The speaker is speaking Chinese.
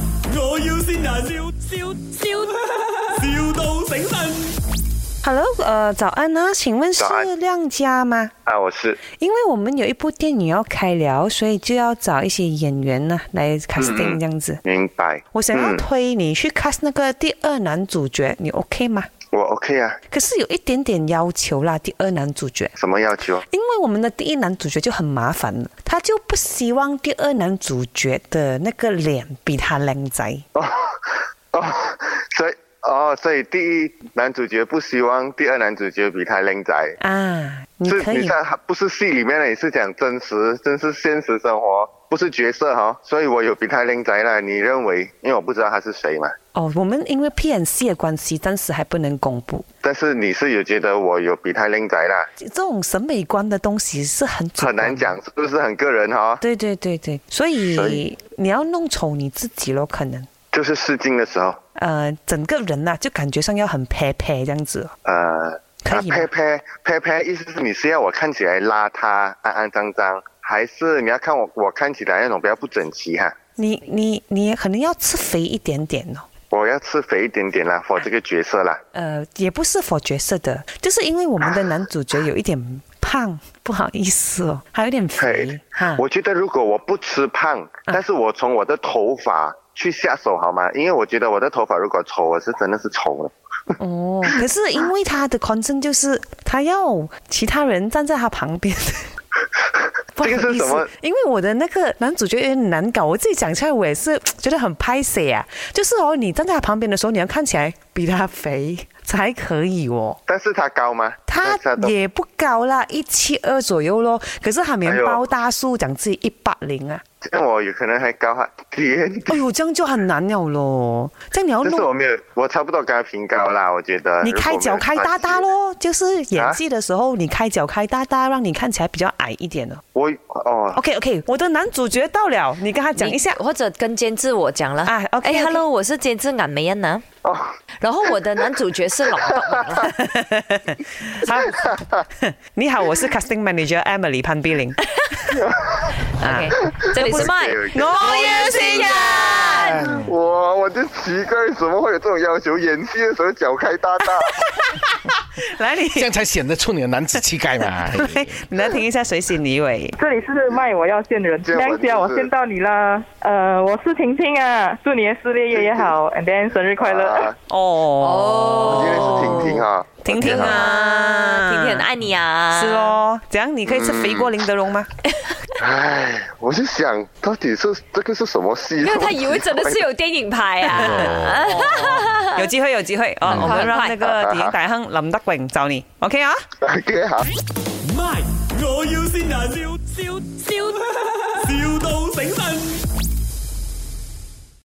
要先人，笑笑笑，,笑到醒神。 Hello，呃，早安啊，请问是早安亮家吗？啊，我是因为我们有一部电影要开聊，所以就要找一些演员呢、来 casting 这样子。明白，我想要嗯推你去 cast 那个第二男主角，你 OK 吗？我 OK 啊，可是有一点点要求啦，第二男主角，什么要求？因为我们的第一男主角就很麻烦了，他就不希望第二男主角的那个脸比他靓仔。哦哦，所以哦，所以第一男主角不希望第二男主角比他靓仔，啊，你是可你以在不是戏里面的，你是讲真实，真是现实生活，不是角色哈、所以我有比他靓仔啦，你认为？因为我不知道他是谁嘛，哦。我们因为 PNC 的关系，暂时还不能公布。但是你是有觉得我有比他靓仔啦，这种审美观的东西是很主很观的难。讲，是不是很个人哈、对对对对，所所以以你要弄丑你自己咯，可能就是试镜的时候，呃，整个人呐、就感觉上要很撇撇这样子哦。呃，可啊以吗呸呸呸呸，意思是你是要我看起来邋遢、肮肮脏脏，还是你要看我我看起来那种比较不整齐哈？你你你可能要吃肥一点点哦。我要吃肥一点点啊啦，for 这个角色啦。呃，也不是否角色的，就是因为我们的男主角有一点胖，不好意思哦，还有点肥嘿哈。我觉得如果我不吃胖，啊但是我从我的头发去下手好吗？因为我觉得我的头发如果丑，我是真的是丑了。哦，可是因为他的 concern 就是他要其他人站在他旁边。 不好这个是意什么思，因为我的那个男主角有点难搞，我自己讲出来我也是觉得很拍谁啊。就是哦，你站在他旁边的时候，你要看起来比他肥才可以哦。但是他高吗？他但是都也不高啦，一七二左右咯。可是他棉哎包呦大叔讲自己一八零啊，这样我有可能还高啊点点。哎呦，这样就很难了咯。这样你要但是我弄，没有，我差不多跟他平高啦，我觉得。哦你开脚开大大咯。咯，就是演啊戏的时候、你开脚开大大，让你看起来比较矮一点了。我哦， OK OK，我的男主角到了，你跟他讲一下你。或者跟监制我讲了。啊，OK，哎 OK ，Hello，我是监制俺梅恩啊呢。 哦然后我的男主角是老 董，好，你好，我是 casting manager Emily 潘碧玲。 OK，这里是麦， OK，OK 我要新人。我我就奇怪，怎么会有这种要求？演戏的时候脚开大大，来，你 这样才显得出你的男子气概嘛。来，你来听一下谁是你伟。这里是卖我要见人，见我梁姐，我就是见到你啦。呃，我是婷婷啊，祝你的事业越来越好，and then 生日快啊乐。哦，今天是婷婷啊，婷婷啊，啊，婷婷很爱你啊。是。 哦，怎样？你可以吃肥过林德 荣吗？唉，我就想到底是这个是什么戏？没有，他以为真 的是有电影拍啊。有机会，有机会哦，我们让那个好电影大亨林德荣找你，OK 哎啊？ OK 好。 My，我要先人，笑笑